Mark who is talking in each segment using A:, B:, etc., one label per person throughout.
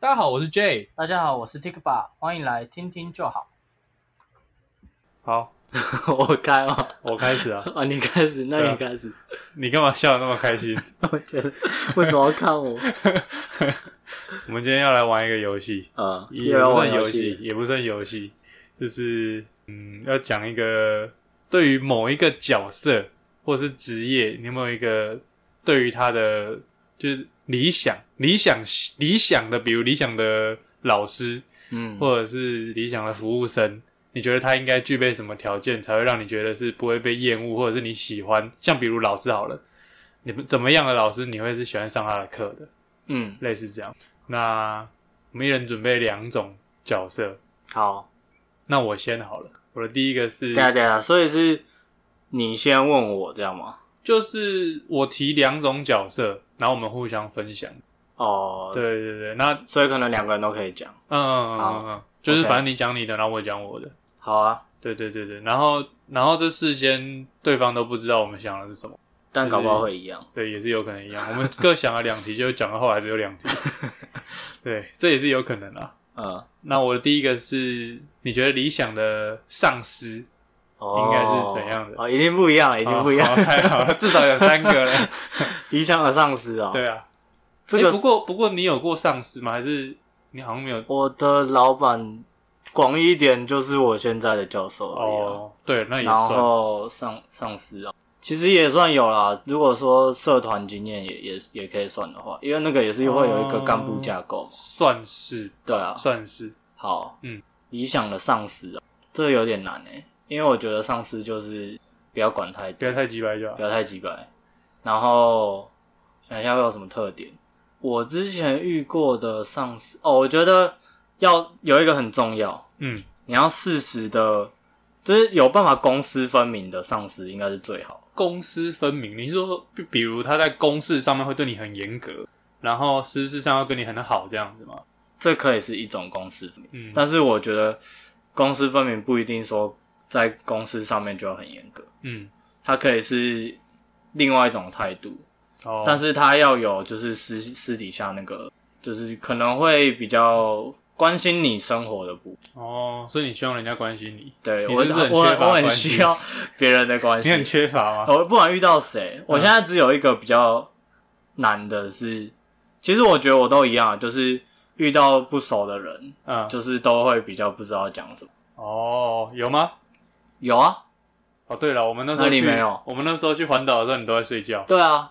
A: 大家好，我是 J。
B: 大家好，我是 Tikba，欢迎来听听就好。
A: 好，
C: 我开 哦，
A: 我开始 啊！
C: 啊，你开始，那
A: 对啊
C: 你 开始。
A: 你干嘛笑得那么开 心？
C: 我觉得 为什么要 看我？
A: 我们今天要来玩一个游戏，
C: 啊，
A: 也不算游戏，，也不算游戏，就是嗯，要讲一个对于某一个角色或是职业，你有没有一个对于他的就是理想、理想、理想的，比如理想的老师，
C: 嗯，
A: 或者是理想的服务生，你觉得他应该具备什么条件，才会让你觉得是不会被厌恶，或者是你喜欢？像比如老师好了，你们怎么样的老师你会是喜欢上他的课的？
C: 嗯，
A: 类似这样。那我们一人准备两种角色，
C: 好，
A: 那我先好了。我的第一个是
C: 等，下等下，所以是你先问我这样吗？
A: 就是我提两种角色，然后我们互相分享。
C: 哦，，
A: 对对对，那嗯
C: 所以可能两个人都可以讲。
A: 嗯嗯嗯嗯，就是
C: ，OK
A: 反正你讲你的，然后我讲我的。
C: 好啊，
A: 对对对对，然后然后这事先对方都不知道我们想的是什么。
C: 但搞不好会一样。
A: 对，也是有可能一样。我们各想了两题，就讲到后来只有两 题。对，这也是有可能啊。
C: 嗯，
A: 那我的第一个是，你觉得理想的上司
C: 哦，
A: 应该是怎样的
C: 哦，已经不一样了，已
A: 已
C: 经不一样
A: 太好了，至少有三 个了。
C: 理想的上司哦。
A: 对，啊，
C: 这
A: 诶
C: 个
A: 不过不过你有过上司吗？还是你好像没有？
C: 我的老板广义一点就是我现在的教授而已啊。
A: 哦，对，那也
C: 然
A: 算。
C: 后上上司哦，其实也算有啦。如果说社团经验也也也可以算的话，因为那个也是会有一个干部架构嘛。
A: 算是
C: 对啊，
A: 嗯算是，
C: 好，
A: 嗯，
C: 理想的上司、哦，这有点难诶，因为我觉得上司就是不要管太
A: 不
C: 多
A: 要，太急白就好
C: 不。要太鸡掰。然后想一下会有什么特点？我之前遇过的上司哦，我觉得要有一个很重要，
A: 嗯，
C: 你要适时的，就是有办法公私分明的上司应该是最好。
A: 公私分明。你是说，比比如他在公事上面会对你很严格，然后私事上要跟你很好这样子吗？
C: 这可以是一种公私分明，
A: 嗯，
C: 但是我觉得公私分明不一定说在公司上面就要很严格，
A: 嗯，
C: 它可以是另外一种态度，
A: 哦，
C: 但是它要有就是私私底下那个，就是可能会比较关心你生活的部分。
A: 哦，所以你希望人家关心你，
C: 对
A: 你
C: 我
A: 是不是很
C: 我
A: 缺乏
C: 我很
A: 关系
C: 需要别人的关
A: 你很
C: 心，
A: 缺乏吗？
C: 我哦不管遇到谁，
A: 嗯
C: 我现在只有一个比较难的是，其实我觉得我都一样，啊就是遇到不熟的人，
A: 嗯，
C: 就是都会比较不知道讲什么。
A: 哦，有吗？
C: 有啊，
A: 哦，对了，我们那时候
C: 那你
A: 去
C: 没有
A: 我们那时候去环岛的时候，你都在睡觉。
C: 对啊。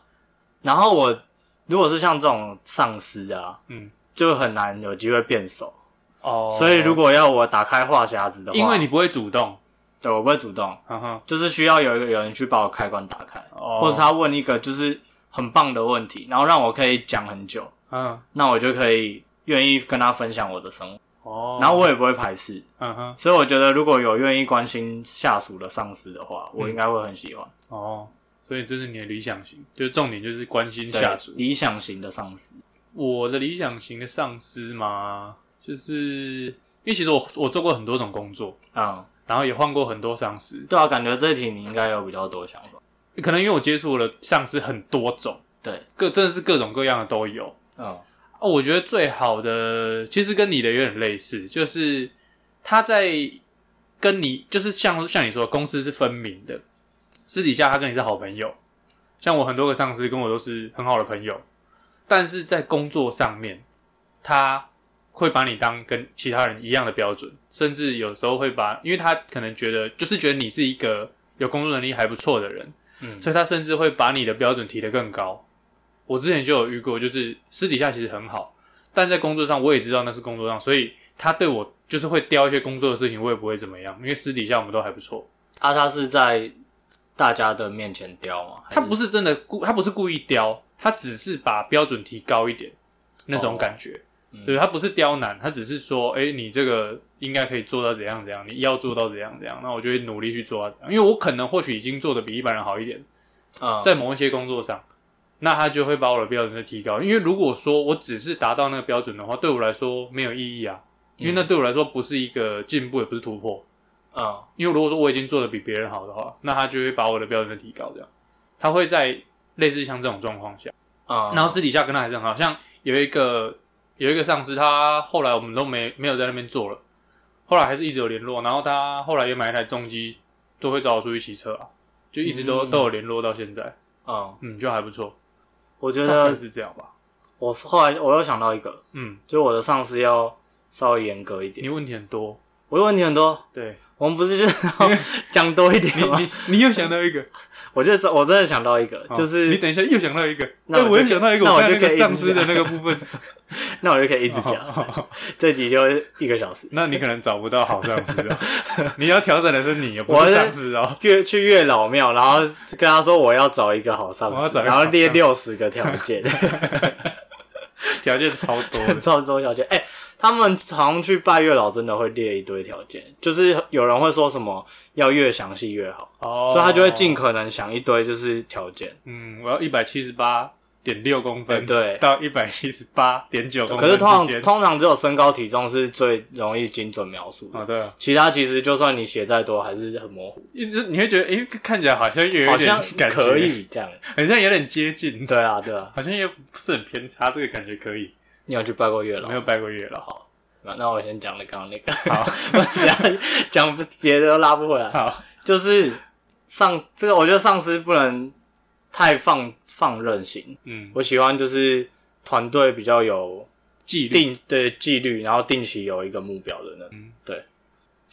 C: 然后我如果是像这种上司啊，
A: 嗯，
C: 就很难有机会变熟。
A: 哦，
C: 所以如果要我打开话匣子的话，
A: 因为你不会主动，嗯
C: 对我不会主动，
A: 哈哈，
C: 就是需要有一个有人去把我开关打开，
A: 哦，
C: 或者他问一个就是很棒的问题，然后让我可以讲很久，
A: 嗯，
C: 那我就可以愿意跟他分享我的生活，
A: 哦，
C: 然后我也不会排斥。
A: 嗯哼，
C: 所以我觉得如果有愿意关心下属的上司的话，
A: 嗯
C: 我应该会很喜欢。
A: 哦，所以这是你的理想型，就是重点就是关心
C: 对
A: 下属。
C: 理想型的上司。
A: 我的理想型的上司嘛，就是因为其实我我做过很多种工作，
C: 嗯，
A: 然后也换过很多上司，
C: 对啊，感觉这一题你应该有比较多想法。
A: 可能因为我接触了上司很多种，
C: 对，
A: 各真的是各种各样的都有。
C: 嗯，
A: 哦，我觉得最好的其实跟你的有点类似，就是他在跟你，就是像像你说，公司是分明的，私底下他跟你是好朋友。像我很多个上司跟我都是很好的朋友，但是在工作上面，他会把你当跟其他人一样的标准，甚至有时候会把，因为他可能觉得就是觉得你是一个有工作能力还不错的人，
C: 嗯，
A: 所以他甚至会把你的标准提得更高。我之前就有遇过，就是私底下其实很好，但在工作上我也知道那是工作上，所以他对我就是会刁一些工作的事情，我也不会怎么样，因为私底下我们都还不错。
C: 啊，他是在大家的面前雕吗？
A: 他不
C: 是
A: 是真的故，他不是故意刁，他只是把标准提高一点那种感觉。
C: 嗯
A: 对，他不是刁难，他只是说，哎、你这个应该可以做到怎样怎样，你要做到怎样怎样，那我就会努力去做到怎样，因为我可能或许已经做的比一般人好一点，
C: 嗯，
A: 在某一些工作上，那他就会把我的标准再提高。因为如果说我只是达到那个标准的话，对我来说没有意义啊，因为那对我来说不是一个进步，也不是突破。
C: 嗯
A: 因为如果说我已经做的比别人好的话，那他就会把我的标准再提高，这样他会在类似像这种状况下，
C: 嗯，
A: 然后私底下跟他还是很好，像有一个。有一个上司，他后来我们都没没有在那边做了，后来还是一直有联络，然后他后来也买一台重机，都会找我出去骑车啊，就一直都、
C: 嗯
A: 都有联络到现在，
C: 嗯，
A: 嗯，就还不错，
C: 我觉
A: 大概
C: 得
A: 是这样吧，
C: 我后来我又想到一个，
A: 嗯，
C: 就是我的上司要稍微严格一
A: 你
C: 点。
A: 问题很多，
C: 我有问题很多，
A: 对
C: 我们不是就是 要讲多一
A: 你
C: 点吗？
A: 你你又想到 一个，
C: 我就真我真的想到一个，
A: 哦
C: 就是
A: 你等一下又想到一个，
C: 那
A: 哎
C: 我就
A: 我又
C: 可以
A: 想到一个，
C: 那我
A: 刚才
C: 就
A: 那
C: 可
A: 个
C: 以一直
A: 上司的那个部分，
C: 那我就可 以一直
A: 好好
C: 讲，
A: 好
C: 这集就一个小时。
A: 那你可能找不到好上司 啊，你要调整的是你，不
C: 我
A: 是
C: 是
A: 上司哦。
C: 月去月老庙，然后跟他说我要找一个好上
A: 我要
C: 司，
A: 找一个
C: 然
A: 好
C: 后列
A: 上司
C: 六十个条 件，
A: 条件超多的，
C: 超多条件。哎、他们好像去拜月老真的会列一堆条件，就是有人会说什么要越详细越好，
A: 哦
C: 所以他就会尽可能想一堆就是条件。
A: 嗯，我要一百七十八点六公分，
C: 哎对
A: 到一百七十八点九公
C: 可
A: 分
C: 是通
A: 之
C: 常
A: 间。
C: 通常只有身高体重是最容易精准描述
A: 哦，
C: 的，
A: 对啊，
C: 其他其实就算你写再多还是很模糊，
A: 一直你会觉得，诶，看起来好像又有
C: 好
A: 点
C: 像
A: 感觉，
C: 可，以这样。
A: 很像有点接近，
C: 对啊，对啊，
A: 好像又不是很偏差，这个感觉可以。
C: 你有去拜过月老
A: 没？有拜过月了，好，
C: 那那我先讲了刚刚那个，
A: 好，
C: 我只要讲别的都拉不回来。
A: 好，
C: 就是上这个，我觉得上司不能太放放任型。
A: 嗯，
C: 我喜欢就是团队比较有
A: 纪律，
C: 定对纪律，然后定期有一个目标的人。
A: 嗯
C: 对，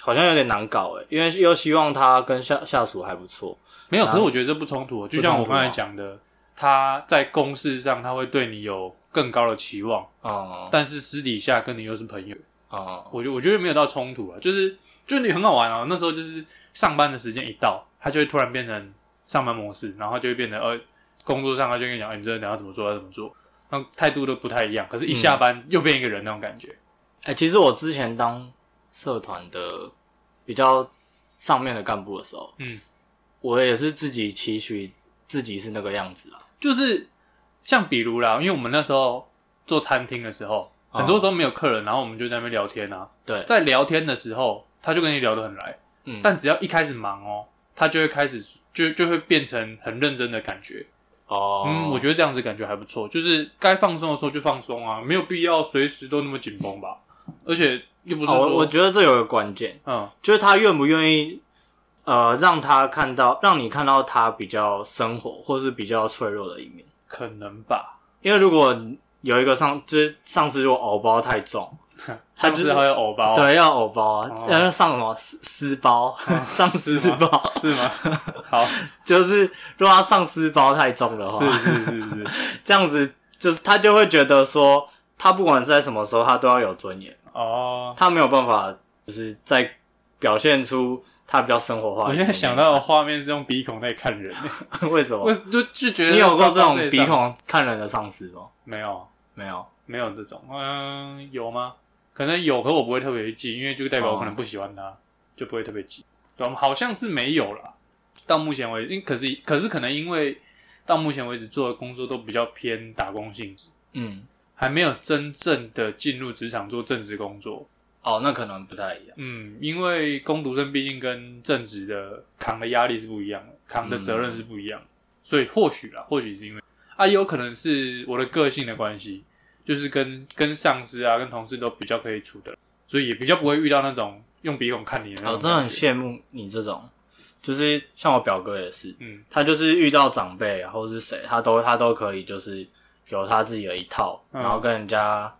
C: 好像有点难搞诶，因为又希望他跟下下属还不错。
A: 没有，可是我觉得啊这不冲突哦，就像我刚才讲的，他在公事上他会对你有更高的期望，
C: 哦、
A: 但是私底下跟你又是朋友。
C: 哦、
A: 我觉我觉得没有到冲突啊，就是就是你很好玩啊。那时候就是上班的时间一到，他就会突然变成上班模式，然后就会变成呃工作上他就跟你讲，哎、你这你要怎么做，要怎么做，那态度都不太一样。可是，一下班又变一个人那种感觉。
C: 哎、其实我之前当社团的比较上面的干部的时候，
A: 嗯，
C: 我也是自己期许自己是那个样子啦。啊
A: 就是像比如啦，因为我们那时候做餐厅的时候，
C: 哦
A: 很多时候没有客人，然后我们就在那边聊天啊。
C: 对，
A: 在聊天的时候，他就跟你聊得很来，
C: 嗯，
A: 但只要一开始忙哦，他就会开始就就会变成很认真的感觉。
C: 哦，
A: 嗯，我觉得这样子感觉还不错，就是该放松的时候就放松啊，没有必要随时都那么紧绷吧。而且又不是
C: 哦
A: 说，
C: 我我觉得这有个关键，
A: 嗯
C: 就是他愿不愿意，呃，让他看到，让你看到他比较生活或是比较脆弱的一面。
A: 可能 吧，
C: 因为如果有一个上，就是上司如果偶包太重，
A: 上
C: 就是
A: 次还有偶包，，
C: 对，要偶包啊，
A: 哦
C: 要上什么私私包，上私
A: 是吗
C: 包，
A: 是 吗？好，
C: 就是如果他上私包太重的话，
A: 是是是是，
C: 这样子，就是他就会觉得说，他不管在什么时候，他都要有尊严，
A: 哦，
C: 他没有办法，就是在表现出他比较生活化的
A: 我
C: 一面给你看。
A: 现在想到的画面是用鼻孔在看 人，
C: 为什么？
A: 我就就觉得
C: 你有过
A: 放
C: 这
A: 放
C: 种
A: 上
C: 鼻孔看人的上司吗？
A: 没有？
C: 没有。
A: 没有这种，嗯，有吗？可能有，可我不会特别去记，因为就代表我可
C: 哦
A: 能不喜欢他，就不会特别记。对我们好像是没有啦，到目前为止，因可是可是可能因为到目前为止做的工作都比较偏打工性质，
C: 嗯，
A: 还没有真正的进入职场做正职工作。
C: 哦，那可能不太一样。
A: 嗯，因为工读生毕竟跟正职的扛的压力是不一样的，扛的责任是不一样的，所以或许啦，或许是因为啊，也有可能是我的个性的关系，就是跟跟上司啊、跟同事都比较可以处的，所以也比较不会遇到那种用鼻孔看你的那
C: 我
A: 种。
C: 真的哦很。羡慕你这种，就是像我表哥也是，
A: 嗯，
C: 他就是遇到长辈啊或者是谁，他都他都可以就是有他自己的一套，
A: 嗯
C: 然后跟人家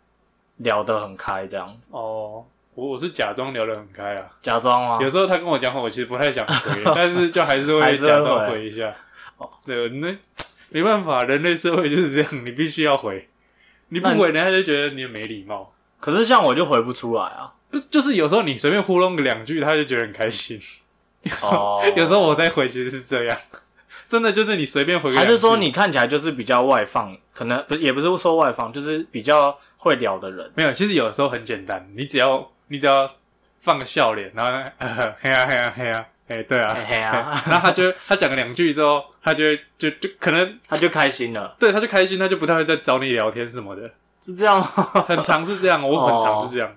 C: 聊得很开这样子，
A: 哦，我我是假装聊得很开啊，
C: 假装吗
A: 有？时候他跟我讲话，我其实不太想 回，但是就还是
C: 还
A: 会
C: 是会
A: 假装
C: 回
A: 回一下。对，那没办法，人类社会就是这样，你必须要回，你不
C: 那你
A: 回，人家就觉得你没礼貌。
C: 可是像我就回不出来啊。
A: 不就是有时候你随便糊弄个两句，他就觉得很开 心。
C: 哦，
A: 有时候我再回，其实是这样，真的就是你随便回个两
C: 还
A: 句，
C: 是说你看起来就是比较外放，可能不也不是说外放，就是比较会聊的人。
A: 没有？其实有时候很简单，你只要你只要放个笑脸，然后 呢呵呵嘿呀、啊、嘿呀、啊、嘿呀、啊，嘿对啊
C: 嘿嘿啊
A: 嘿然后他就他讲了两句之后，他就会就就可能
C: 他就开心了，
A: 对他就开心，他就不太会再找你聊天什么的。
C: 是这样吗？
A: 很常是这样，我很常是这样，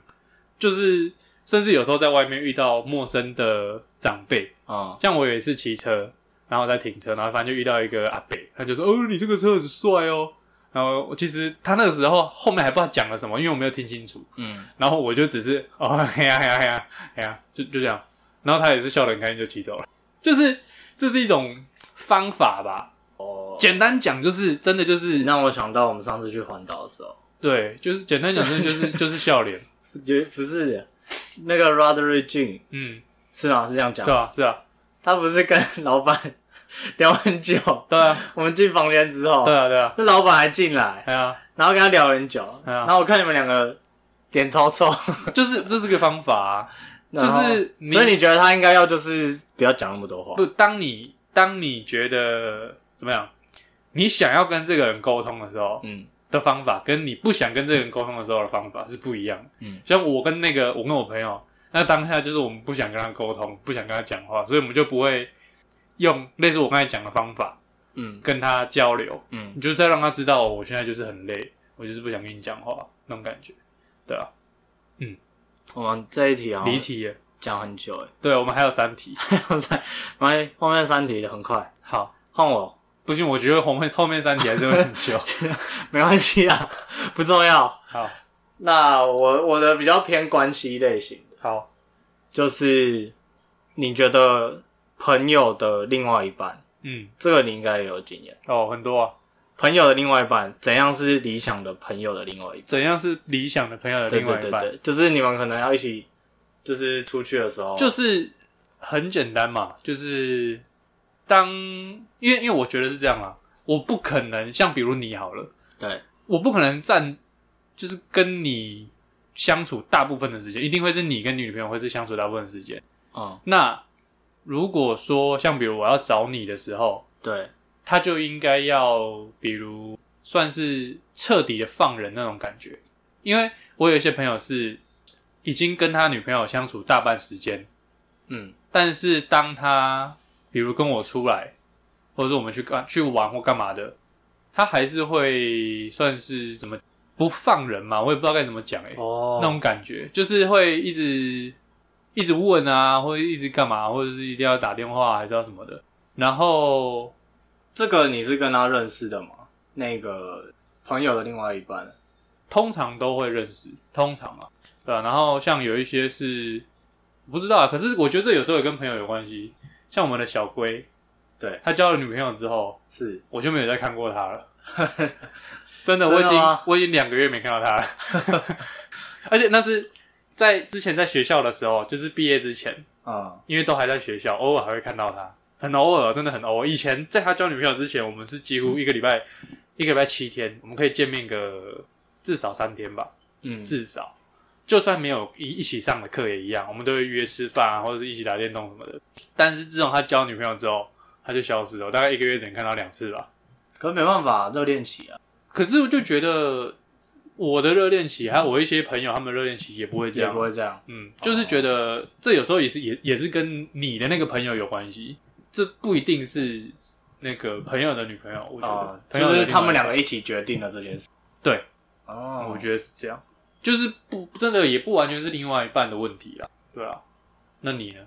A: 就是甚至有时候在外面遇到陌生的长辈，
C: 嗯，
A: 像我有一次骑车，然后我在停车，然后反正就遇到一个阿伯，他就说：“哦，你这个车很帅哦。”然后我其实他那个时候后面还不知道讲了什么，因为我没有听清楚。
C: 嗯，
A: 然后我就只是哦，嘿呀嘿呀嘿呀嘿呀，就就这样。然后他也是笑得很开心就骑走了。就是这是一种方法吧，
C: 哦，
A: 简单讲就是真的就是
C: 让我想到我们上次去环岛的时候，
A: 对，就是简单讲真的就是 就是笑脸，
C: 也不是那个 Roderick Jun
A: 嗯，
C: 是吗？是这样讲
A: 对？啊是啊
C: 他不是跟老板聊很久，
A: 对啊
C: 我们进房间之后，
A: 对啊对啊，
C: 那老板还进来，
A: 哎呀，
C: 然后跟他聊很久，
A: 哎呀
C: 然后我看你们两个脸超臭，
A: 就是这是个方法啊、
C: 然 后
A: 就是你
C: 所以你觉得他应该要就是不要讲那么多话，
A: 不，当你当你觉得怎么样，你想要跟这个人沟通的时候
C: 嗯
A: 的方法，跟你不想跟这个人沟通的时候的方法是不一样的。
C: 嗯
A: 像我跟那个我跟我朋友，那当下就是我们不想跟他沟通，不想跟他讲话，所以我们就不会用类似我刚才讲的方法
C: 嗯
A: 跟他交流。
C: 嗯，
A: 你就是要让他知道，我现在就是很累，我就是不想跟你讲话那种感觉，对啊，
C: 我们这一题啊
A: 离题了。
C: 讲很久哎，
A: 对，我们还有三题。
C: 我在我们后面三题很快，
A: 好，
C: 换我
A: 不行，我觉得后面 后面三题还是会很 久。
C: 没关系啊， 不重要。
A: 好，
C: 那我我的比较偏关系类型，
A: 好，
C: 就是你觉得朋友的另外一半，
A: 嗯，
C: 这个你应该也有经验。
A: 哦，很多啊。
C: 朋友的另外一半，怎样是理想的朋友的另外一半？
A: 怎样是理想的朋友的
C: 对
A: 另外
C: 对
A: 一半？
C: 对对，就是你们可能要一起，就是出去的时候，
A: 就是很简单嘛，就是当因为因为我觉得是这样啦，啊我不可能像比如你好了，
C: 对，
A: 我不可能占就是跟你相处大部分的时间，一定会是你跟你女朋友会是相处大部分的时间。
C: 嗯，
A: 那如果说像比如我要找你的时候，
C: 对，
A: 他就应该要比如算是彻底的放人那种感觉，因为我有一些朋友是已经跟他女朋友相处大半时间，
C: 嗯
A: 但是当他比如跟我出来，或者说我们去干去玩或干嘛的，他还是会算是怎么不放人嘛？我也不知道该怎么讲哎、
C: 哦
A: 那种感觉就是会一直一直问啊，或者一直干嘛，或者是一定要打电话还是要什么的。然后
C: 这个你是跟他认识的吗？那个朋友的另外一半，
A: 通常都会认识，通常啊，对啊。然后像有一些是不知道啊，可是我觉得这有时候也跟朋友有关系。像我们的小龟，
C: 对，
A: 他交了女朋友之后，
C: 是
A: 我就没有再看过他了。 真的，
C: 真的
A: 我已经
C: 吗
A: 我已经两个月没看到他 了，而且那是在之前在学校的时候，就是毕业之前，
C: 嗯，
A: 因为都还在学校，偶尔还会看到他，很偶尔，真的很偶尔。以前在他交女朋友之前，我们是几乎一个礼拜、一个礼拜七天，我们可以见面个至少三天吧，
C: 嗯
A: 至少。就算没有一一起上的课也一样，我们都会约吃饭啊，或者是一起打电动什么的。但是自从他交女朋友之后，他就消失了，我大概一个月只能看到两次吧。
C: 可是没办法，热恋期啊，
A: 可是我就觉得我的热恋期，还有我一些朋友他们热恋期也不会这
C: 也
A: 样
C: 不，会这样，
A: 嗯，就是觉得这有时候也是也也是跟你的那个朋友有关系，这不一定是那个朋友的女朋友，我觉得
C: 哦，
A: 朋友
C: 就
A: 的
C: 是
A: 另外
C: 他们
A: 一
C: 两个一起决定了这件事，
A: 对，
C: 哦，
A: 我觉得是这样，就是不真的也不完全是另外一半的问题啦，对啊，那你呢？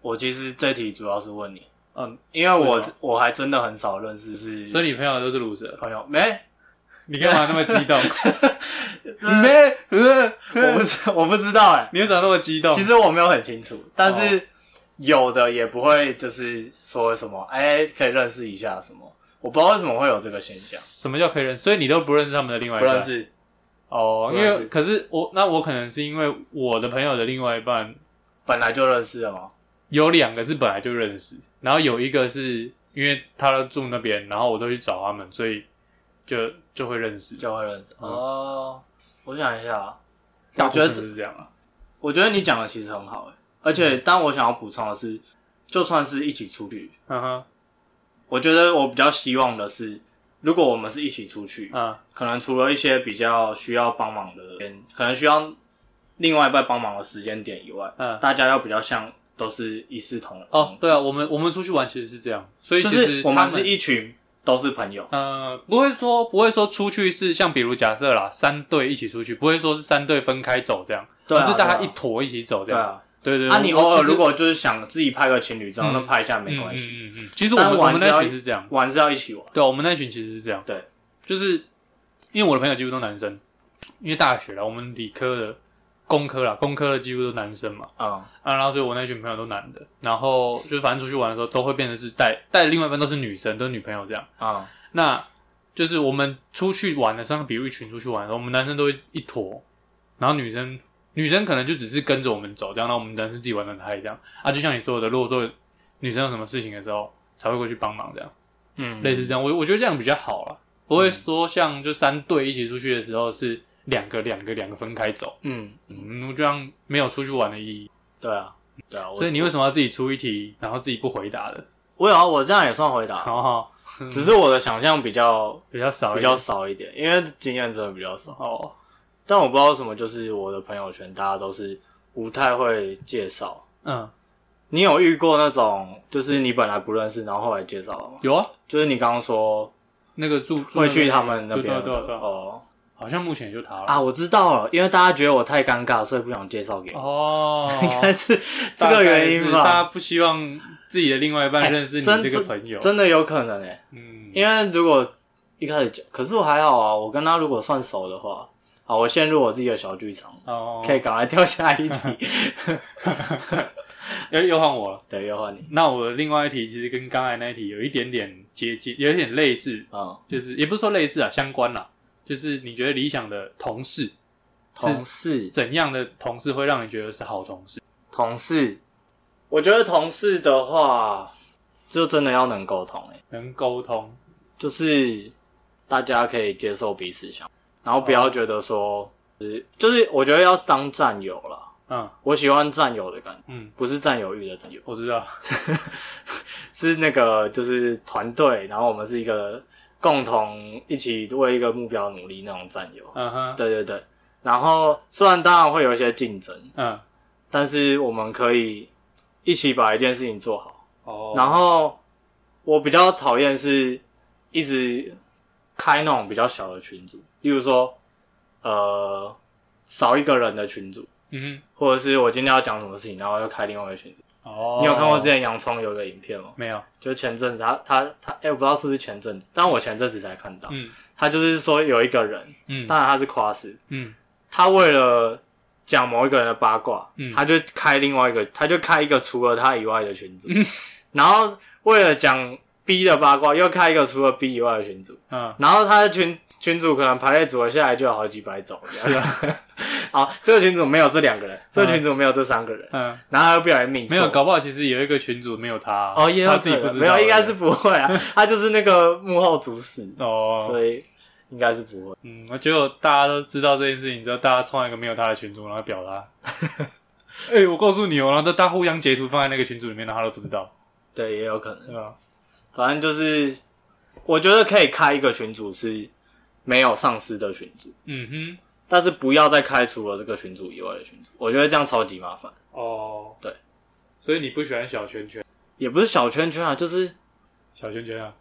C: 我其实这题主要是问你，
A: 嗯，
C: 因为我
A: 为什
C: 我还真的很少认识是，
A: 所以你朋友都是 loser，
C: 朋友没
A: 你干嘛那么激 动？
C: 没，呃我不知我不知道哎、
A: 你为什么那么激动？
C: 其实我没有很清楚，但是有的也不会就是说什么哎、可以认识一下什么，我不知道为什么会有这个现象，
A: 什么叫可以认识？所以你都不认识他们的另外一
C: 不
A: 半？
C: 认识，
A: 哦，
C: 不
A: 因
C: 认识
A: 为可是我那我可能是因为我的朋友的另外一半
C: 本来就认识了嘛，
A: 有两个是本来就认识，然后有一个是因为他都住那边，然后我都去找他们，所以就就会认识。
C: 就会认识。
A: 嗯
C: 哦，我想一下啊，
A: 大
C: 我
A: 部
C: 觉
A: 分
C: 得
A: 是这样啊。
C: 我觉得你讲的其实很好、欸，而且但我想要补充的是，就算是一起出去，
A: 嗯哼，
C: 我觉得我比较希望的是，如果我们是一起出去，
A: 嗯
C: 可能除了一些比较需要帮忙的，可能需要另外一半帮忙的时间点以外，
A: 嗯。
C: 大家要比较像都是一视同仁。
A: 哦，，对啊，我们我们出去玩其实是这样，所以
C: 就
A: 其
C: 是
A: 实
C: 我
A: 他
C: 们是一群都是朋友，
A: 呃，不会说不会说出去是像比如假设啦，三队一起出去，不会说是三队分开走这样，
C: 对啊
A: 而是大家
C: 对
A: 一
C: 啊
A: 坨一起走这
C: 对
A: 样。
C: 啊。
A: 对对对
C: 啊，你
A: 我
C: 偶尔
A: 其实
C: 如果就是想自己拍个情侣照，
A: 嗯
C: 那拍一下没
A: 嗯
C: 关系。
A: 嗯嗯嗯，其实我
C: 但
A: 们我
C: 玩
A: 们
C: 是要
A: 那群是这样，
C: 玩是要一起玩，
A: 对啊，我们那群其实是这样，
C: 对，
A: 就是因为我的朋友几乎都男生，因为大学啦，我们理科的、工科啦，工科的几乎都男生嘛，
C: 嗯，
A: 啊，然后所以我那群朋友都男的，然后就是反正出去玩的时候都会变成是带带另外一半都是女生，都是女朋友这样。
C: 嗯，
A: 那就是我们出去玩的时候，比如一群出去玩的时候，我们男生都会一坨，然后女生女生可能就只是跟着我们走这样，然后我们男生自己玩的很嗨这样啊。就像你说的，如果说女生有什么事情的时候，才会过去帮忙这样，
C: 嗯，
A: 类似这样，我我觉得这样比较好啦，不会说像就三队一起出去的时候是两个两个两个分开走，
C: 嗯，
A: 嗯，这样没有出去玩的意义。
C: 对啊，对啊，我
A: 所以你为什么要自己出一题，然后自己不回答的？
C: 我有啊，我这样也算回答，
A: 然后
C: 只是我的想象比较
A: 比较嗯少一
C: 比
A: 点，
C: 较少一点，因为经验真的比较少。
A: 哦，
C: 但我不知道为什么，就是我的朋友圈大家都是不太会介绍。
A: 嗯，
C: 你有遇过那种，就是你本来不认识，然后后来介绍了吗？
A: 有啊，
C: 就是你刚刚说
A: 那个住住
C: 会
A: 那
C: 去
A: 个
C: 他们那
A: 对啊
C: 边
A: 对
C: 的
A: 对对，
C: 哦
A: 好像目前也就他了。
C: 啊，我知道了，因为大家觉得我太尴尬，所以不想介绍给你，
A: 哦，
C: 应该是这
A: 大概
C: 个原因
A: 是大家
C: 吧？哎
A: 不希望自己的另外一半认识你
C: 真
A: 这个朋友，
C: 真的有可能诶、欸
A: 嗯，
C: 因为如果一开始讲，可是我还好啊，我跟他如果算熟的话，好，我陷入我自己的小剧场，
A: 哦，
C: 可以赶快跳下一题。
A: 又又换我了。
C: 对，又换你，
A: 那我的另外一题其实跟刚才那一题有一点点接近，有一点类似，
C: 嗯，
A: 就是也不是说类似啊，相关啦。就是你觉得理想的同事
C: 同事，
A: 怎样的同事会让你觉得是好同事？
C: 同事，我觉得同事的话，就真的要能沟通诶、
A: 能沟通，
C: 就是大家可以接受彼此想，然后不要觉得说，就是就是我觉得要当战友啦，
A: 嗯
C: 我喜欢战友的感觉，
A: 嗯，
C: 不是占有欲的占有。
A: 我知道，
C: 是那个就是团队，然后我们是一个共同一起为一个目标努力那种战友。
A: 嗯哼，
C: 对对对，然后虽然当然会有一些竞争，
A: 嗯，
C: 但是我们可以一起把一件事情做好。
A: 哦
C: 然后我比较讨厌是一直开那种比较小的群组，例如说呃少一个人的群组，
A: 嗯
C: 或者是我今天要讲什么事情，然后又开另外一个群组。
A: 哼，哦，
C: 你有看过之前洋葱有一个影片吗？
A: 没有？
C: 就是前阵子他他他，哎、我不知道是不是前阵子，但我前阵子才看到，
A: 嗯
C: 他就是说有一个人，
A: 嗯
C: 当然他是夸饰，
A: 嗯
C: 他为了讲某一个人的八卦，
A: 嗯
C: 他就开另外一个，他就开一个除了他以外的群组，
A: 嗯
C: 然后为了讲 B 的八卦，又开一个除了 B 以外的群组，
A: 嗯，
C: 然后他的群群主可能排列组合下来就有好几百种，是啊， 好，这个群主没有这两个人，这个群主没有这三个人，
A: 嗯，
C: 然后他又不小心命
A: 没有，搞不好其实有一个群主没有他，
C: 哦，也有
A: 他
C: 可
A: 自己不
C: 能
A: 知道，
C: 没有，应该是不会啊，他就是那个幕后主使，
A: 哦，
C: 所以应该是不会。
A: 嗯，结果大家都知道这件事情之后，大家创一个没有他的群主，然后表他。 哎、我告诉你哦，然后大家互相截图放在那个群组里面，然后他都不知道，
C: 对，也有可能。
A: 对吧？
C: 反正就是，我觉得可以开一个群组是没有上司的群组，
A: 嗯
C: 但是不要再开除了这个群组以外的群组，我觉得这样超级麻烦。
A: 哼，哦，
C: 对，
A: 所以你不喜欢小圈圈，
C: 也不是小圈圈啊，就是
A: 小圈圈啊，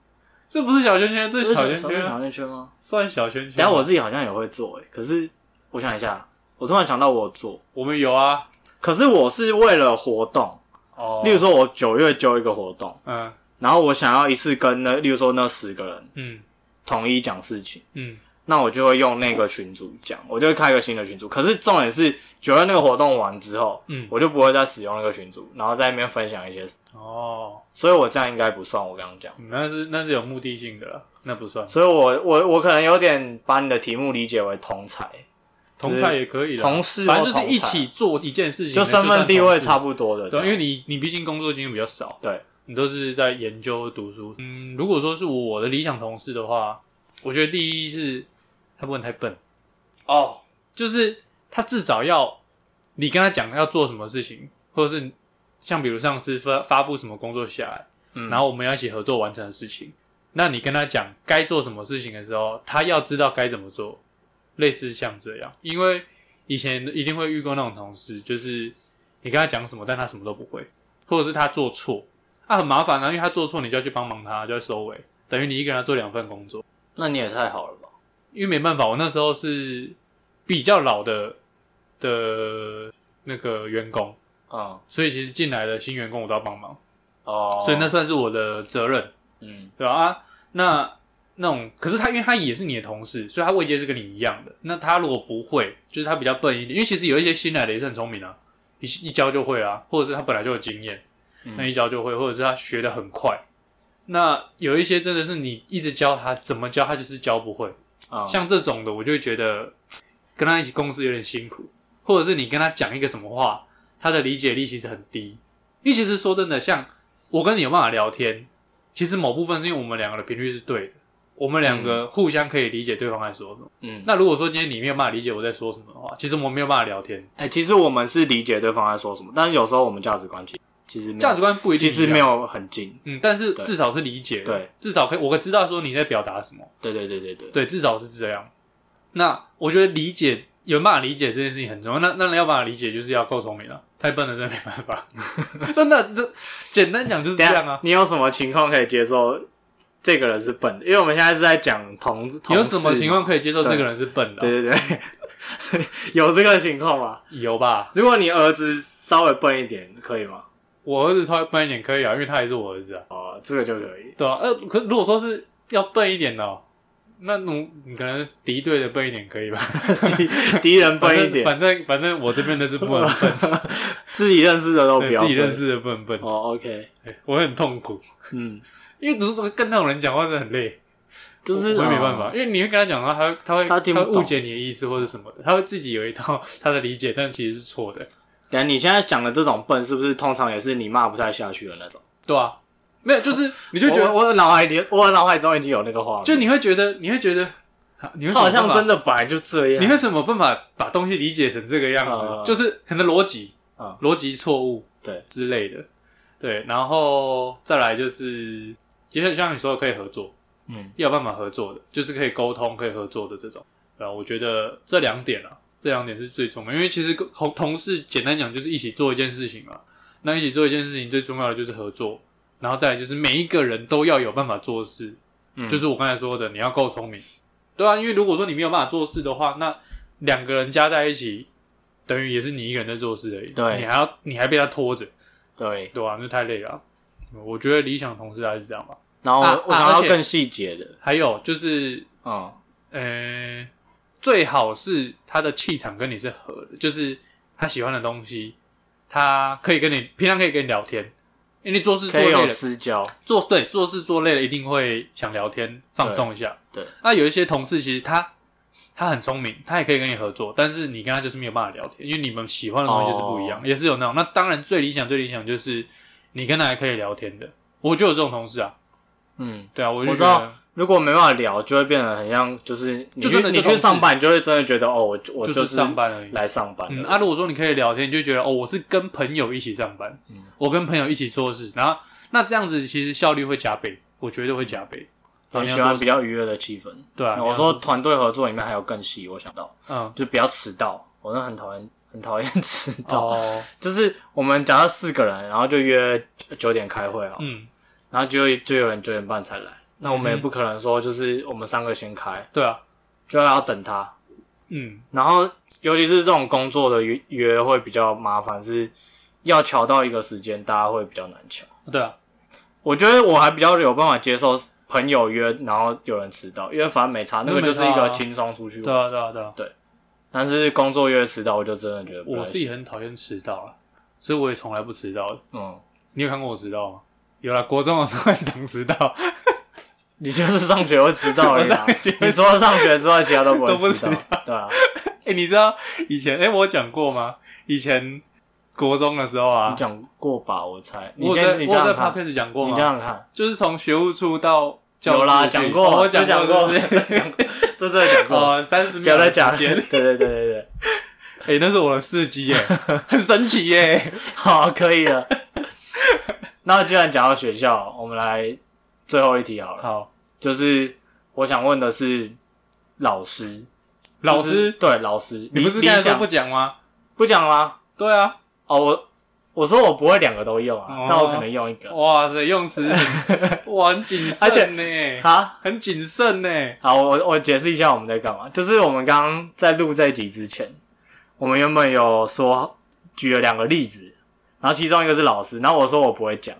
A: 这不是小圈圈，这是小圈
C: 不是
A: 圈、
C: 小
A: 啊，
C: 圈圈吗？
A: 算小圈圈。
C: 等一下我自己好像也会做欸诶、可是我想一下，我突然想到我有做，
A: 我们有啊，
C: 可是我是为了活动，
A: 哦，
C: 例如，说我九月揪一个活动。
A: 嗯
C: 然后我想要一次跟那，例如说那十个人
A: 嗯
C: 统一讲事情，
A: 嗯
C: 那我就会用那个群组讲，我就会开一个新的群组。可是重点是九月那个活动完之后，
A: 嗯，
C: 我就不会再使用那个群组，然后在那边分享一些，
A: 哦，
C: 所以我这样应该不算我刚刚讲。
A: 嗯那是那是有目的性的啦，那不算，
C: 所以我我我可能有点把你的题目理解为同才，
A: 同菜也可以啦，
C: 同事或
A: 啊反正就是
C: 同
A: 一
C: 才
A: 起做一件事情，
C: 就身份地位差
A: 不
C: 不多的，
A: 多。对，因为
C: 你
A: 你你毕竟工作经验比较少，
C: 对
A: 你都是在研究读书。嗯，如果说是我的理想同事的话，我觉得第一是他不能太笨，
C: 哦，
A: 就是他至少要你跟他讲要做什么事情，或者是像比如上司发发布什么工作下来，
C: 嗯
A: 然后我们要一起合作完成的事情。那你跟他讲该做什么事情的时候，他要知道该怎么做，类似像这样。因为以前一定会遇过那种同事，就是你跟他讲什么，但他什么都不会，或者是他做错，啊，很麻烦啊，因为他做错，你就要去帮忙他，就要收尾，等于你一个人要做两份工作。
C: 那你也太好了吧？
A: 因为没办法，我那时候是比较老的的那个员工，
C: 嗯
A: 所以其实进来的新员工我都要帮忙，
C: 哦，
A: 所以那算是我的责任。
C: 嗯
A: 对吧啊，那那种，可是他因为他也是你的同事，所以他位阶是跟你一样的。那他如果不会，就是他比较笨一点，因为其实有一些新来的也是很聪明啊，一一教就会啊，或者是他本来就有经验，
C: 嗯
A: 那一教就会，或者是他学的很快。那有一些真的是你一直教他怎么教，他就是教不会。
C: 啊，
A: 像这种的，我就会觉得跟他一起共事有点辛苦，或者是你跟他讲一个什么话，他的理解力其实很低。因为其实说真的，像我跟你有办法聊天，其实某部分是因为我们两个的频率是对的，我们两个互相可以理解对方在说什么。
C: 嗯，
A: 那如果说今天你没有办法理解我在说什么的话，其实我们没有办法聊天，
C: 哎、其实我们是理解对方在说什么，但是有时候我们价值观其其实没有
A: 价值观不一定
C: 其
A: 一样
C: 实没。有很近。
A: 嗯，但是
C: 对
A: 至少是理解，
C: 对，
A: 至少可以，我知道说你在表达什么，
C: 对对对对对，
A: 对，至少是这样。那我觉得理解有办法理解这件事情很重要。那那要办法理解，就是要够聪明了，太笨了真的没办法。 真的，这简单讲就是这
C: 等一下
A: 样啊。
C: 你有什么情况可以接受这个人是笨的？因为我们现在是在讲同同
A: 有什么
C: 事
A: 情况可以接受这个人是笨的啊、
C: 对对对， 有这个情况吗？
A: 有吧？
C: 如果你儿子稍微笨一点，可以吗？
A: 我儿子稍微笨一点可以啊，因为他也是我儿子啊。
C: 哦，这个就可以。
A: 对啊，呃，可如果说是要笨一点的、哦，那你你可能敌对的笨一点可 以吧？
C: 敌人
A: 反
C: 笨一
A: 正
C: 点，
A: 反正反正我这边的是不能 笨，
C: 自己认识的都不
A: 对
C: 要
A: 自
C: 笨。
A: 己认识的不能笨，
C: 哦，OK，
A: 对我很痛苦，
C: 嗯，
A: 因为只是跟那种人讲话真的很累。
C: 就是
A: 我也没办法，
C: 嗯
A: 因为你会跟他讲的话，他会他会
C: 他听不
A: 会
C: 懂
A: 误解你的意思或者什么的，他会自己有一套他的理解，但其实是错的，
C: 等一下你现在讲的这种笨，是不是通常也是你骂不太下去的那种？
A: 对啊，没有，就是你就
C: 就
A: 觉得，
C: 哦我我脑海里，我脑海中已经有那个画面，
A: 就你会觉得，你会觉得，啊你会
C: 他好像真
A: 的，
C: 的本来就这样。
A: 你会什么办法把东西理解成这个样子？
C: 嗯
A: 就是可能逻辑，
C: 嗯
A: 逻辑错误，
C: 对
A: 之类的，对，然后再来就是，就像像你说的可以合作，
C: 嗯，
A: 要有办法合作的，就是可以沟通、可以合作的这种。啊，我觉得这两点啊，这两点是最重要，因为其实同同事简单讲就是一起做一件事情嘛。那一起做一件事情最重要的就是合作，然后再来就是每一个人都要有办法做事，
C: 嗯
A: 就是我刚才说的，你要够聪明。对啊，因为如果说你没有办法做事的话，那两个人加在一起，等于也是你一个人在做事而已。
C: 对
A: 你还要你还被他拖着，
C: 对。
A: 对啊，那太累了啊。我觉得理想同事还是这样吧。
C: 然后我,、
A: 啊
C: 我
A: 啊
C: 想要
A: 而且哦
C: 更细节的，
A: 还有就是
C: 嗯，
A: 呃，最好是他的气场跟你是合的，就是他喜欢的东西，他可以跟你平常可以跟你聊天，因为你做事做
C: 可以
A: 累
C: 有
A: 了，
C: 私交，
A: 做对做事做累了一定会想聊天放松一下。
C: 对对
A: 那有一些同事其实他他很聪明，他也可以跟你合作，但是你跟他就是没有办法聊天，因为你们喜欢的东西就是不一
C: 哦
A: 样，也是有那种。那当然最理想最理想就是你跟他还可以聊天的，我就有这种同事啊，
C: 嗯。
A: 对啊，我
C: 我
A: 就
C: 知
A: 觉
C: 道
A: 得。
C: 如果没办法聊，就会变得很像，就是你
A: 就
C: 去
A: 真的
C: 你
A: 就
C: 去
A: 同事
C: 上班，你就会真的觉得哦，我我
A: 就是
C: 是
A: 上班而已
C: 来上班的。
A: 嗯啊，如果说你可以聊天，你就觉得哦，我是跟朋友一起上班，
C: 嗯
A: 我跟朋友一起做事，然后那这样子其实效率会加倍，我觉得会加倍。
C: 很
A: 你要
C: 嗯喜欢
A: 说
C: 比较愉悦的气氛。
A: 对啊，
C: 那
A: 你
C: 我
A: 要
C: 说团队合作里面还有更细，我想到
A: 嗯
C: 就不要迟到，我真的很讨厌，很讨厌 迟到。
A: 哦
C: 就是我们假设四个人，然后就约九点开会啊，
A: 嗯
C: 然后就就有人九点半才来，那我们也
A: 嗯
C: 不可能说就是我们三个先开，
A: 对啊
C: 就要等他。
A: 嗯
C: 然后尤其是这种工作的约约会比较麻烦，是要瞧到一个时间，大家会比较难瞧。
A: 对啊
C: 我觉得我还比较有办法接受朋友约，然后有人迟到，因为反正没差，那个就是一个轻松出去
A: 对
C: 玩。
A: 啊对啊对啊，
C: 但是工作约迟到，我就真的觉得不太
A: 我自己
C: 行。
A: 很讨厌迟到啊，所以我也从来不迟到。
C: 嗯，
A: 你有看过我迟到吗？有啦，国中的时候很常迟到，
C: 你就是上学会迟到而已啊
A: 我上学会
C: 你除了上学之外，其他都 不
A: 都不
C: 会
A: 迟
C: 迟
A: 到
C: 到。对啊，
A: 哎、你知道以前哎、我有讲过吗？以前国中的时候啊
C: 你，讲过吧？我猜。你
A: 我有在
C: 先，
A: 我
C: 你
A: 有
C: 这样
A: 在
C: 看，
A: podcast 讲过
C: 你
A: 吗
C: 这？样看，
A: 就是从学务处到教
C: 有啦，
A: 室去
C: 讲过，
A: 哦我
C: 这 讲
A: 过，
C: 过，
A: 是不是
C: 这真的讲过，
A: 哦，三十
C: 不要
A: 秒
C: 再
A: 的
C: 讲
A: 时
C: 了。对
A: 间，
C: 对对对对，
A: 哎、那是我的事迹 耶，很神奇耶。
C: 好，可以 了。那既然讲到学校，我们来最后一题好了。
A: 好，
C: 就是我想问的是，老师，
A: 老
C: 就
A: 师，
C: 是对老师，
A: 你
C: 理
A: 不是
C: 理
A: 刚才说
C: 想
A: 不讲吗？
C: 不讲吗？
A: 对啊，
C: 哦，我我说我不会两个都用啊，
A: 哦
C: 但我可能用一个
A: 哇塞，用词很 哇很谨慎呢，
C: 啊。
A: 很谨慎呢。
C: 好，我我解释一下我们在干嘛，就是我们刚刚在录这一集之前，我们原本有说举了两个例子，然后其中一个是老师，然后我说我不会讲，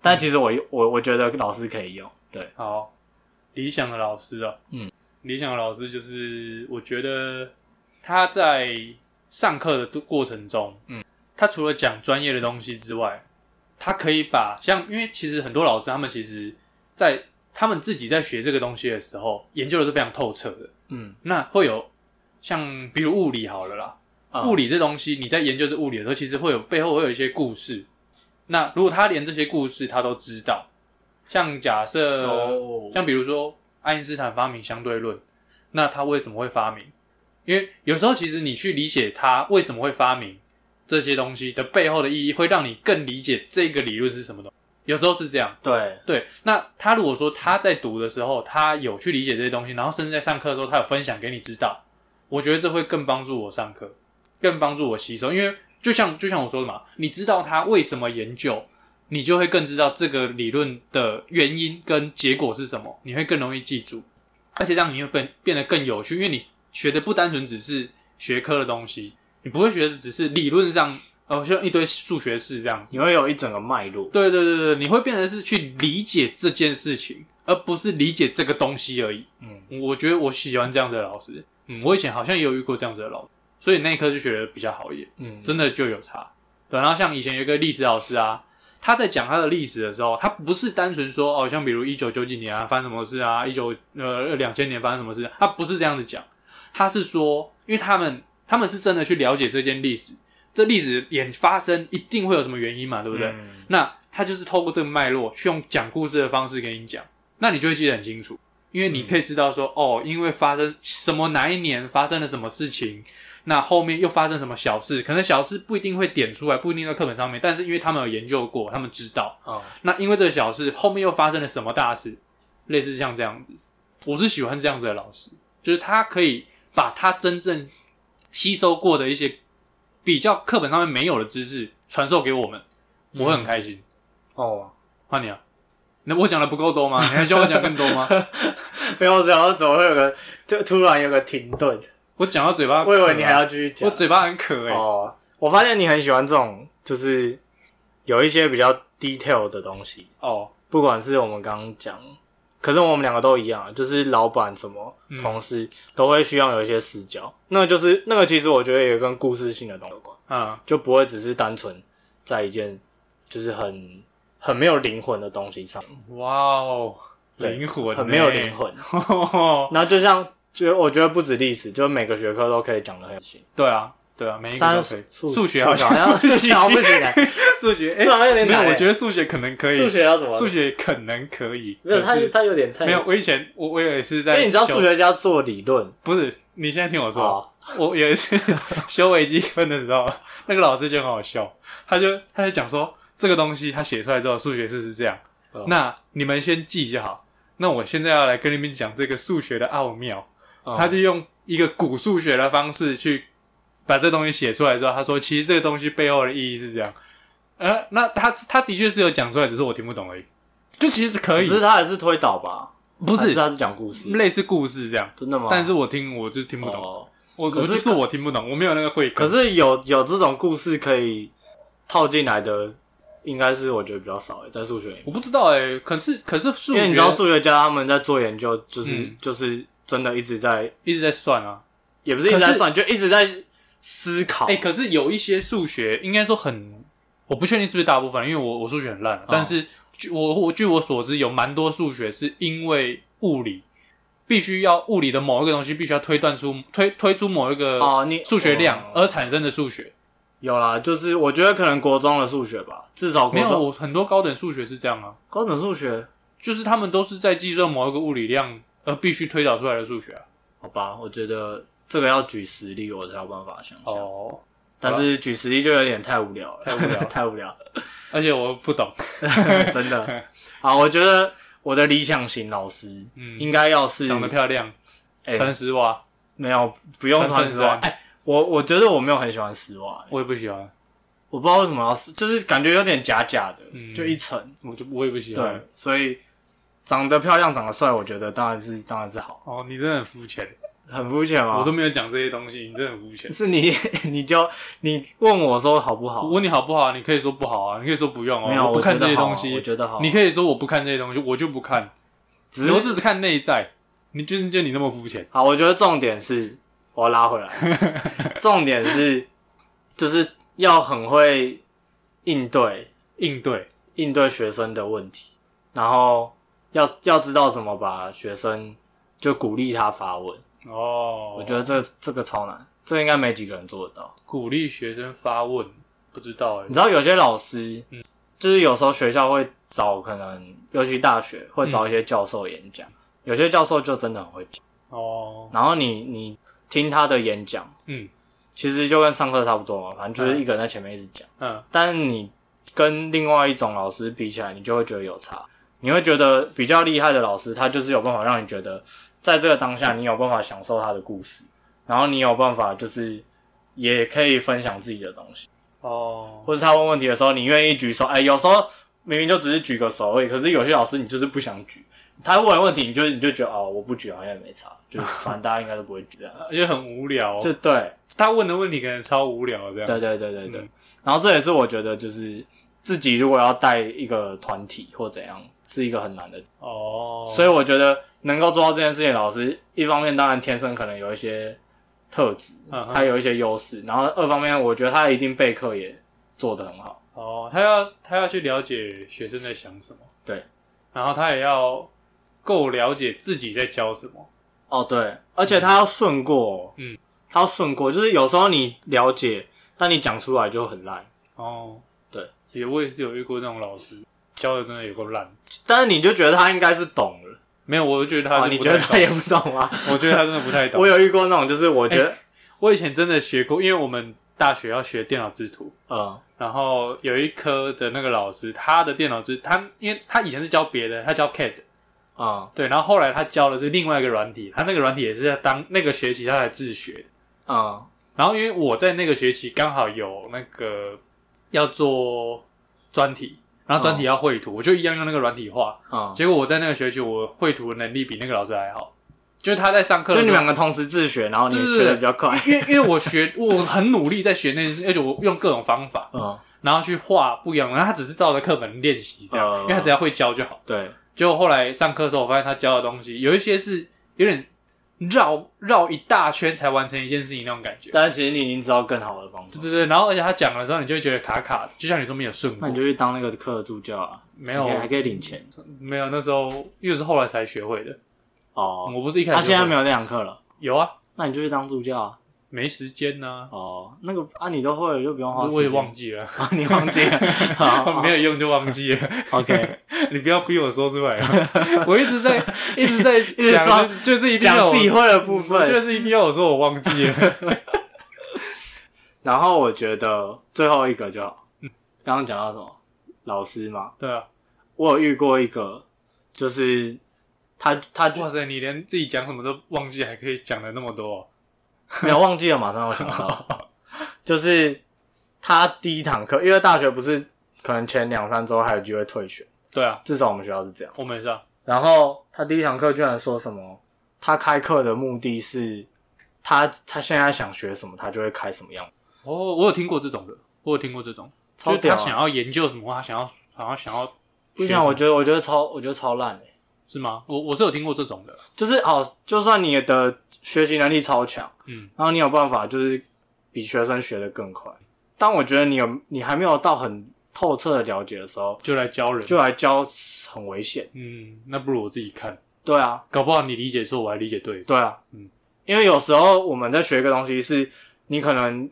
C: 但其实我我我觉得老师可以用，对，
A: 好，理想的老师哦，
C: 嗯，
A: 理想的老师就是我觉得他在上课的过程中，
C: 嗯，
A: 他除了讲专业的东西之外，他可以把像因为其实很多老师他们其实在他们自己在学这个东西的时候，研究的是非常透彻的，
C: 嗯，
A: 那会有像比如物理好了啦，
C: 啊
A: 物理这东西，你在研究这物理的时候，其实会有背后会有一些故事。那如果他连这些故事他都知道，像假设
C: 哦
A: 像比如说爱因斯坦发明相对论，那他为什么会发明？因为有时候其实你去理解他为什么会发明这些东西的背后的意义，会让你更理解这个理论是什么东西。有时候是这样，
C: 对，
A: 对，那他如果说他在读的时候，他有去理解这些东西，然后甚至在上课的时候，他有分享给你知道，我觉得这会更帮助我上课，更帮助我吸收。因为就像就像我说的嘛，你知道他为什么研究，你就会更知道这个理论的原因跟结果是什么，你会更容易记住，而且让你会变变得更有趣，因为你学的不单纯只是学科的东西，你不会学的只是理论上，哦，像一堆数学式这样子
C: 你。会有一整个脉络。
A: 对对对对，你会变成是去理解这件事情，而不是理解这个东西而已。
C: 嗯，
A: 我觉得我喜欢这样子的老师，嗯，我以前好像也有遇过这样子的老师，所以那一科就学的比较好一点，
C: 嗯，
A: 真的就有差。对，然后像以前有一个历史老师啊，他在讲他的历史的时候，他不是单纯说哦，像比如一九九几年啊发生什么事啊，一九呃两千年发生什么事、啊，他不是这样子讲，他是说，因为他们他们是真的去了解这件历史，这历史演发生一定会有什么原因嘛，对不对？
C: 嗯
A: 那他就是透过这个脉络，去用讲故事的方式跟你讲，那你就会记得很清楚，因为你可以知道说，哦，因为发生什么哪一年发生了什么事情，那后面又发生什么小事，可能小事不一定会点出来，不一定在课本上面，但是因为他们有研究过，他们知道，
C: 哦，
A: 那因为这个小事后面又发生了什么大事，类似像这样子，我是喜欢这样子的老师，就是他可以把他真正吸收过的一些比较课本上面没有的知识传授给我们，我会很开心。
C: 哦，
A: 换你啊！那我讲的不够多 吗？你还希望我讲更多吗？
C: 没有，然后怎么会有个就突然有个停顿？
A: 我讲到嘴巴渴
C: 我
A: 啊，
C: 以为你还要继续讲。
A: 我嘴巴很渴哎、
C: 哦，我发现你很喜欢这种，就是有一些比较 detail 的东西，
A: 哦，
C: 不管是我们刚刚讲，可是我们两个都一样，啊就是老板什么
A: 嗯
C: 同事、都会需要有一些死角，那个就是那个其实我觉得也跟故事性的东西有关，
A: 嗯
C: 就不会只是单纯在一件就是很很没有灵魂的东西上，
A: 哇哦，
C: 对
A: 灵魂、哦
C: 很没有灵。魂。然后就像就我觉得不止历史，就每个学科都可以讲的很有心，
A: 对啊，对啊，每一个
C: 但
A: 都可以
C: 是。
A: 数学好
C: 好
A: 像
C: 像数学好像不行欸，
A: 数学 哎
C: 数学好像有点
A: 没有，
C: 难欸。
A: 我觉得数学可能可以，
C: 数学要怎么？
A: 数学可能可以，
C: 没有，
A: 可
C: 他
A: 是
C: 他有点太
A: 没有。，我以前我我也是
C: 因
A: 在，
C: 为你知道数学家做理论，
A: 不是？你现在听我说，
C: 哦，
A: 我有一次 修微积分的时候，那个老师就很好笑，他就他就讲说这个东西他写出来之后，数学式是这样，
C: 哦
A: 那你们先记就好。那我现在要来跟你们讲这个数学的奥妙，
C: 哦
A: 他就用一个古数学的方式去把这东西写出来之后，他说其实这个东西背后的意义是这样。呃，那他他的确是有讲出来，只是我听不懂而已。就其实可以，
C: 只是他也是推导吧？
A: 不
C: 还
A: 是
C: 他是讲故事，
A: 类似故事这样，
C: 真的吗？
A: 但是我听我就听不懂，
C: 哦，
A: 我我
C: 可是
A: 就是我听不懂，我没有那个慧根。
C: 可是有有这种故事可以套进来的，应该是我觉得比较少欸在数学里面，
A: 我不知道哎、可是可是数
C: 因
A: 学
C: 为你知道数学家他们在做研究，就是
A: 嗯
C: 就是真的一直在，
A: 一直在算啊，
C: 也不是一直
A: 可
C: 在
A: 是
C: 算，就一直在思考
A: 哎、。可是有一些数学应该说很，我不确定是不是大部分，因为我我数学很烂
C: 哦
A: 啊，但是据我我据我所知，有蛮多数学是因为物理必须要物理的某一个东西必须要推断出推推出某一个
C: 哦，你
A: 数学量
C: 哦
A: 而产生的数学，
C: 有啦，就是我觉得可能国中的数学吧，至少
A: 没
C: 国
A: 有
C: 中
A: 我很多高等数学是这样啊，
C: 高等数学，
A: 就是他们都是在计算某一个物理量而必须推导出来的数学啊。
C: 好吧，我觉得这个要举实例我才有办法想象，
A: 哦，
C: 但是举实例就有点太无聊了，
A: 太无 聊
C: 太无聊了，
A: 而且我不懂，
C: 真的。好，我觉得我的理想型老师
A: 嗯，
C: 应该要是
A: 长得漂亮，
C: 哎
A: 穿丝袜。
C: 没有不用
A: 穿
C: 穿
A: 衬
C: 丝袜，
A: 衫
C: 哎、我我觉得我没有很喜欢丝袜、
A: 我也不喜欢，
C: 我不知道为什么要丝，就是感觉有点假假的，
A: 嗯
C: 就一层，
A: 我就我也不喜欢。
C: 对，所以。长得漂亮、长得帅，我觉得当然是当然是好，
A: 哦，你真的很肤浅，
C: 很肤浅嘛。
A: 我都没有讲这些东西，你真的很肤浅。
C: 是你， 你就你问我说好不好？
A: 我问你好不好，你可以说不好啊，你可以说不用哦，
C: 啊没有，
A: 我不看
C: 觉
A: 这
C: 得
A: 些
C: 好
A: 东西
C: 我。觉得好。
A: 你可以说我不看这些东西，我就不看。
C: 只
A: 我只
C: 是
A: 只看内在，你就是就你那么肤浅，
C: 好，我觉得重点是我要拉回来，重点是就是要很会应对
A: 应对
C: 应对学生的问题，然后要要知道怎么把学生就鼓励他发问。
A: 哦。
C: 我觉得这这个超难，这应该没几个人做得到。
A: 鼓励学生发问，不知道哎、
C: 你知道有些老师，就是有时候学校会找可能，尤其大学会找一些教授演讲，有些教授就真的很会讲。
A: 哦，
C: 然后你你听他的演讲，
A: 嗯
C: 其实就跟上课差不多嘛，反正就是一个人在前面一直讲。
A: 嗯，
C: 但你跟另外一种老师比起来，你就会觉得有差。你会觉得比较厉害的老师，他就是有办法让你觉得，在这个当下，你有办法享受他的故事，然后你有办法就是也可以分享自己的东西，
A: 哦，
C: 或是他问问题的时候，你愿意举手。哎，有时候明明就只是举个手而已，可是有些老师你就是不想举，他问完问题，你就你就觉得哦，我不举好像也没差，就是反正大家应该都不会举这样。
A: 而且很无聊、
C: 这对，
A: 他问的问题可能超无聊的这样。
C: 对对对对对。
A: 嗯
C: 然后这也是我觉得，就是自己如果要带一个团体或怎样，是一个很难的。
A: 哦，
C: 所以我觉得能够做到这件事情，老师一方面当然天生可能有一些特质，
A: 嗯哼
C: 他有一些优势，然后二方面我觉得他一定备课也做得很好。
A: 哦，他要他要去了解学生在想什么，
C: 对，
A: 然后他也要够了解自己在教什么。
C: 哦，对，而且他要顺过，哦
A: 嗯，
C: 他要顺过，就是有时候你了解，但你讲出来就很烂，
A: 哦，
C: 对，
A: 也我也是有遇过那种老师教的真的有够烂，
C: 但是你就觉得他应该是懂了，
A: 没有，我就觉得他
C: 啊，
A: 是
C: 你
A: 不太
C: 觉得
A: 懂
C: 他也不懂啊？
A: 我觉得他真 的不太懂。 哎
C: 我有遇过那种，就是我觉得，
A: 我以前真的学过，因为我们大学要学电脑制图，
C: 嗯。
A: 然后有一科的那个老师，他的电脑制，他因为他以前是教别的，他教 CAD，
C: 嗯
A: 对，然后后来他教的是另外一个软体，他那个软体也是在当那个学期他才自学。
C: 嗯
A: 然后因为我在那个学期刚好有那个要做专题，然后专题要绘图，我就一样用那个软体画。
C: 嗯，
A: 结果我在那个学期我绘图的能力比那个老师还好，就是他在上课
C: 就
A: 的
C: 你
A: 时
C: 们
A: 候
C: 两个同时自学，然后你
A: 对对
C: 学的比较快。
A: 因为因 为我学我很努力在学那件事，而且我用各种方法，
C: 嗯，
A: 然后去画不一样的。然后他只是照着课本练习这样，
C: 嗯
A: 因为他只要会教就好。
C: 对，
A: 结果后来上课的时候，我发现他教的东西有一些是有点绕绕一大圈才完成一件事情那种感觉。
C: 但是其实你已经知道更好的方
A: 对
C: 法，
A: 对对，然后而且他讲的时候，你就会觉得卡卡的，就像你说没有顺过
C: 那你，就去当那个课的助教啊，
A: 没有
C: 你还可以领钱
A: 没有。那时候因为是后来才学会的，
C: 哦。
A: 我不是一开
C: 他
A: 始。
C: 现在没
A: 有
C: 有那堂课了，
A: 有啊，
C: 那你就去当助教啊。
A: 没时间呢、
C: 哦，那个啊，你都会了，就不用花时间。哦
A: 我也 忘记了，
C: 啊，你忘记了？ 好
A: 没有用就忘记了。
C: 好 OK，
A: 你不要逼我说出来啊！ 我一直 在一直在
C: 直
A: 讲
C: 装
A: 就是一定要
C: 讲
A: 我
C: 自己会的部
A: 就
C: 分。
A: 是一定要我说我忘记 了。
C: 然后我觉得最后一个就好，刚刚讲到什么？老师嘛，
A: 对啊，
C: 我有遇过一个，就是他他
A: 哇塞，你连自己讲什么都忘记，还可以讲的那么多哦、
C: 没有忘记了，马上我想 到，就是他第一堂课，因为大学不是可能前两三周还有机会退学，
A: 对啊，
C: 至少我们学校是这样。
A: 我没事啊。
C: 然后他第一堂课居然说什么，他开课的目的是他他现在想学什么，他就会开什么样，
A: 哦，我有听过这种的，我有听过这种，
C: 超
A: 就是
C: 屌、
A: 他想
C: 啊！
A: 要研究什么，他想要好像想要
C: 不
A: 学
C: 想，我
A: 什么
C: 觉得我觉得超我觉得超烂的、欸
A: 是吗？我我是有听过这种的，
C: 就是哦，就算你的学习能力超强，
A: 嗯，
C: 然后你有办法就是比学生学得更快，但我觉得你有你还没有到很透彻的了解的时候，
A: 就来教人。
C: 就来教很危险。
A: 嗯，那不如我自己看，
C: 对啊，
A: 搞不好你理解错，我还理解对。
C: 对啊，
A: 嗯
C: 嗯，因为有时候我们在学一个东西，是你可能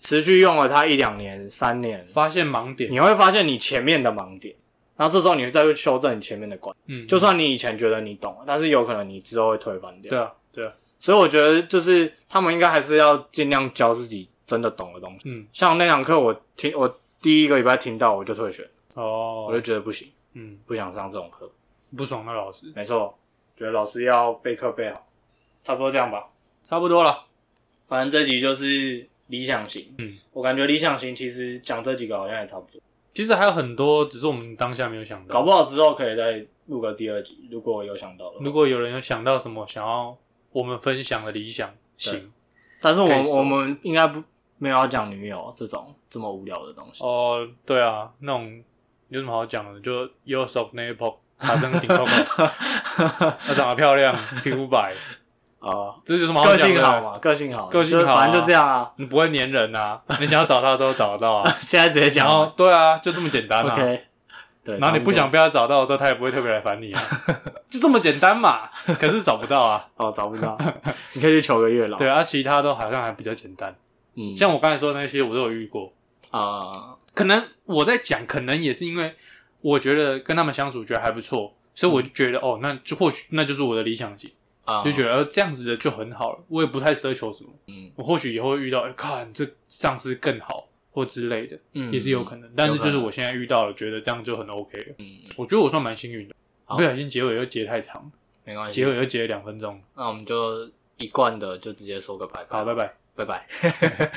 C: 持续用了它一两年、三年，
A: 发现盲点，
C: 你会发现你前面的盲点，然后这时候你会再去修正你前面的观点。
A: 嗯，
C: 就算你以前觉得你懂了，但是有可能你之后会推翻掉。
A: 对啊，对啊，
C: 所以我觉得就是他们应该还是要尽量教自己真的懂的东西。
A: 嗯，
C: 像那堂课，我听我第一个礼拜听到我就退学，我就
A: 哦，
C: 觉得不行，
A: 嗯，
C: 不想上这种课。
A: 不爽那老师，
C: 没错，觉得老师要备课备好，差不多这样吧。
A: 差不多了。
C: 反正这集就是理想型，
A: 嗯，
C: 我感觉理想型其实讲这几个好像也差不多，
A: 其实还有很多，只是我们当下没有想到。
C: 搞不好之后可以再录个第二集，如果有想到
A: 如
C: 的。
A: 果有人有想到什么想要我们分享的理想型
C: 但是我
A: 可以
C: 们
A: 说
C: 我们应该不没有要讲女友这种 这么无聊的东西，
A: 哦，对啊，那种有什么好讲的，就 Your s o f n a p o 卡森顶扣 扣，她长得漂亮，皮肤白，
C: 哦，
A: 这有什么好
C: 个
A: 讲
C: 性好
A: 的？
C: 嘛，个性好，
A: 个性好啊
C: 就是反正就这样啊。
A: 你不会粘人啊！你想要找她的时候找得到啊。
C: 现在直接讲
A: 然后
C: 了
A: 对啊，就这么简单啊。
C: ，OK，对，
A: 然后你不
C: 差
A: 想被她找到的时候，她也不会特别来烦 你啊，就这么简单嘛。可是找不到啊。
C: 多哦，找不 到，你可以去求个月老，
A: 对，啊，其他都好像还比较简单。
C: 嗯，
A: 像我刚才说的那些，我都有遇过。
C: 啊，
A: 可能我在讲，可能也是因为我觉得跟他们相处觉得还不错，所以我就觉得、哦，那就或许那就是我的理想型，
C: 嗯啊
A: 就觉得、呃、这样子的就很好了。我也不太奢求什么，
C: 嗯
A: 我或许以后会遇到，哎、看这上司更好或之类的，
C: 嗯
A: 也是有可能。但是
C: 有可
A: 就
C: 能
A: 是我现在遇到了，觉得这样就很 OK 了。
C: 嗯，
A: 我觉得我算蛮幸运的，
C: 好
A: 不小心结尾又结太长，
C: 没关系
A: 结，尾又结了两分钟。
C: 那我们就一贯的就直接说个拜拜，
A: 好，拜拜。
C: 拜拜。